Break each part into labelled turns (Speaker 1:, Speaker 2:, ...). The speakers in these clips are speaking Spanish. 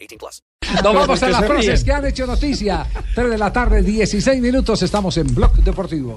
Speaker 1: 18 plus.
Speaker 2: Nos vamos a las frases que han hecho noticia. 3 de la tarde, 16 minutos. Estamos en Blog Deportivo.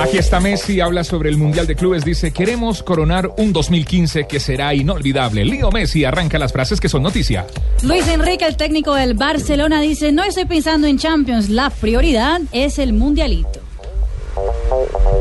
Speaker 3: Aquí está Messi, habla sobre el Mundial de Clubes, dice, queremos coronar un 2015 que será inolvidable. Leo Messi arranca las frases que son noticia.
Speaker 4: Luis Enrique, el técnico del Barcelona, dice, no estoy pensando en Champions, la prioridad es el Mundialito.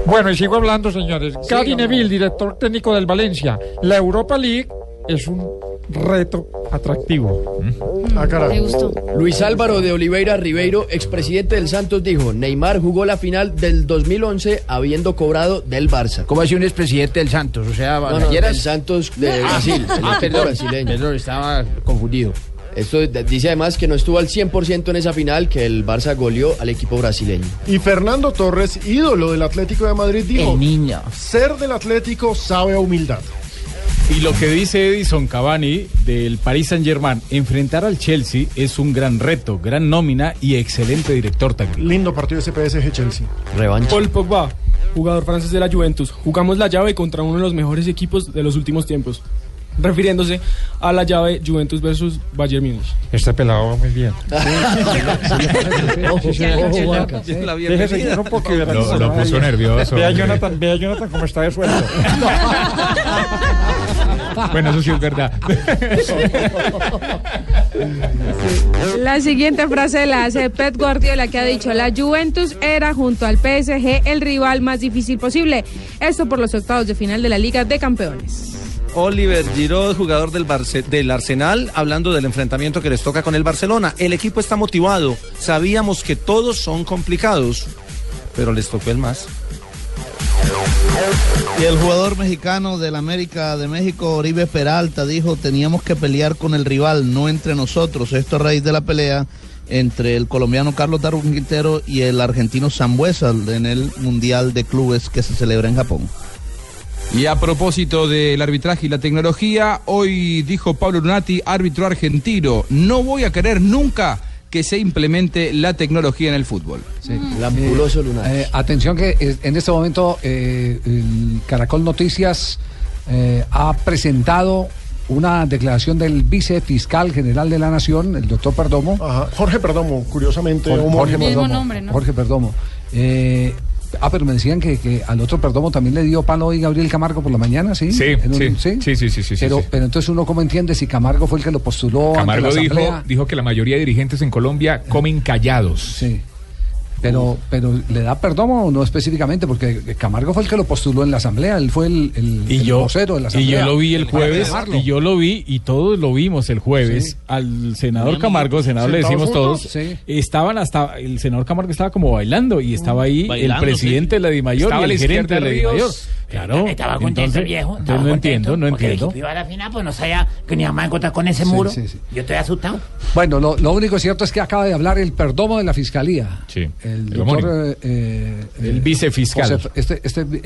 Speaker 5: Bueno, y sigo hablando, señores. Gary Neville, director técnico del Valencia. La Europa League es un reto atractivo.
Speaker 4: Me gustó.
Speaker 6: Luis Álvaro de Oliveira Ribeiro, expresidente del Santos, dijo, Neymar jugó la final del 2011 habiendo cobrado del Barça.
Speaker 7: ¿Cómo así un expresidente del Santos? O sea,
Speaker 6: No, no, del Santos de Brasil, el
Speaker 7: Ah,
Speaker 6: equipo
Speaker 7: perdón,
Speaker 6: brasileño.
Speaker 7: perdón, estaba confundido.
Speaker 6: Esto de- dice además que no estuvo al 100% en esa final, que el Barça goleó al equipo brasileño.
Speaker 8: Y Fernando Torres, ídolo del Atlético de Madrid, dijo,
Speaker 7: El niño.
Speaker 8: ser del Atlético sabe a humildad.
Speaker 9: Y lo que dice Edison Cavani del Paris Saint-Germain, enfrentar al Chelsea es un gran reto, gran nómina y excelente director técnico.
Speaker 8: Lindo partido ese PSG Chelsea.
Speaker 6: Revancha.
Speaker 10: Paul Pogba, jugador francés de la Juventus. Jugamos la llave contra uno de los mejores equipos de los últimos tiempos. Refiriéndose a la llave Juventus versus Bayern Múnich.
Speaker 5: Este pelado va muy bien.
Speaker 2: pues,
Speaker 5: Déjese yo no porque de verdad
Speaker 3: Lo,
Speaker 5: se
Speaker 3: lo
Speaker 5: va a
Speaker 3: puso
Speaker 5: ir.
Speaker 3: nervioso.
Speaker 5: Vea Jonathan, vea Jonathan cómo está de suelto.
Speaker 3: Bueno, eso sí es verdad.
Speaker 11: La siguiente frase la hace Pep Guardiola que ha dicho, la Juventus era junto al PSG el rival más difícil posible. Esto por los octavos de final de la Liga de Campeones.
Speaker 12: Oliver Giroud, jugador del, Barce- del Arsenal, hablando del enfrentamiento que les toca con el Barcelona. El equipo está motivado. Sabíamos que todos son complicados, pero les tocó el más.
Speaker 10: Y el jugador mexicano del América de México, Oribe Peralta, dijo, teníamos que pelear con el rival, no entre nosotros. Esto a raíz de la pelea entre el colombiano Carlos Darwin Quintero y el argentino Sambuesa en el Mundial de Clubes que se celebra en Japón.
Speaker 9: Y a propósito del arbitraje y la tecnología, hoy dijo Pablo Lunati, árbitro argentino, no voy a querer nunca que se implemente la tecnología en el fútbol.
Speaker 6: Lambuloso lunar.
Speaker 2: Eh, atención que eh, en este momento eh, el Caracol Noticias eh, ha presentado una declaración del vicefiscal general de la Nación, el doctor Perdomo.
Speaker 8: Ajá. Jorge Perdomo, curiosamente,
Speaker 2: Jorge,
Speaker 8: homónimo.
Speaker 2: Jorge
Speaker 4: Mismo
Speaker 2: Perdomo.
Speaker 4: nombre, ¿no?
Speaker 2: Jorge Perdomo. Eh, ah, pero me decían que, que al otro Perdomo también le dio palo hoy Gabriel Camargo por la mañana, ¿sí?
Speaker 3: Sí,
Speaker 2: En un-
Speaker 3: sí, sí, sí, sí, sí,
Speaker 2: Pero,
Speaker 3: sí.
Speaker 2: pero entonces uno cómo entiende si Camargo fue el que lo postuló ante
Speaker 3: Camargo
Speaker 2: la
Speaker 3: dijo,
Speaker 2: asamblea?
Speaker 3: dijo que la mayoría de dirigentes en Colombia comen callados.
Speaker 2: Sí. Pero, pero ¿le da Perdomo o no específicamente? Porque Camargo fue el que lo postuló en la asamblea, él fue el, el,
Speaker 9: Y
Speaker 2: el
Speaker 9: yo,
Speaker 2: vocero de la
Speaker 9: y
Speaker 2: asamblea.
Speaker 9: yo lo vi el
Speaker 2: Para
Speaker 9: jueves,
Speaker 2: llamarlo.
Speaker 9: y yo lo vi, y todos lo vimos el jueves, al senador Camargo, senador le
Speaker 8: ¿Sentados
Speaker 9: decimos todos,
Speaker 2: juntos? Sí.
Speaker 9: estaban hasta, el senador Camargo estaba como bailando, y estaba ahí el
Speaker 12: Bailando,
Speaker 9: presidente de la Dimayor
Speaker 3: Estaba
Speaker 9: y
Speaker 3: a la
Speaker 9: el
Speaker 3: izquierda
Speaker 9: gerente de la
Speaker 3: Ríos.
Speaker 9: Dimayor. Claro,
Speaker 7: Estaba contento,
Speaker 9: entonces,
Speaker 7: viejo.
Speaker 9: yo
Speaker 7: estaba
Speaker 9: no
Speaker 7: contento,
Speaker 9: entiendo, no
Speaker 7: porque el
Speaker 9: entiendo.
Speaker 7: equipo iba a la final, pues no sabía que ni mamá encontrar con ese
Speaker 2: Sí,
Speaker 7: muro.
Speaker 2: sí, sí.
Speaker 7: Yo estoy asustado.
Speaker 2: Bueno, lo, lo único cierto es que acaba de hablar el Perdomo de la Fiscalía.
Speaker 3: Sí,
Speaker 2: El
Speaker 3: el
Speaker 2: doctor...
Speaker 3: homónimo.
Speaker 2: eh, eh,
Speaker 9: El vicefiscal.
Speaker 2: José- este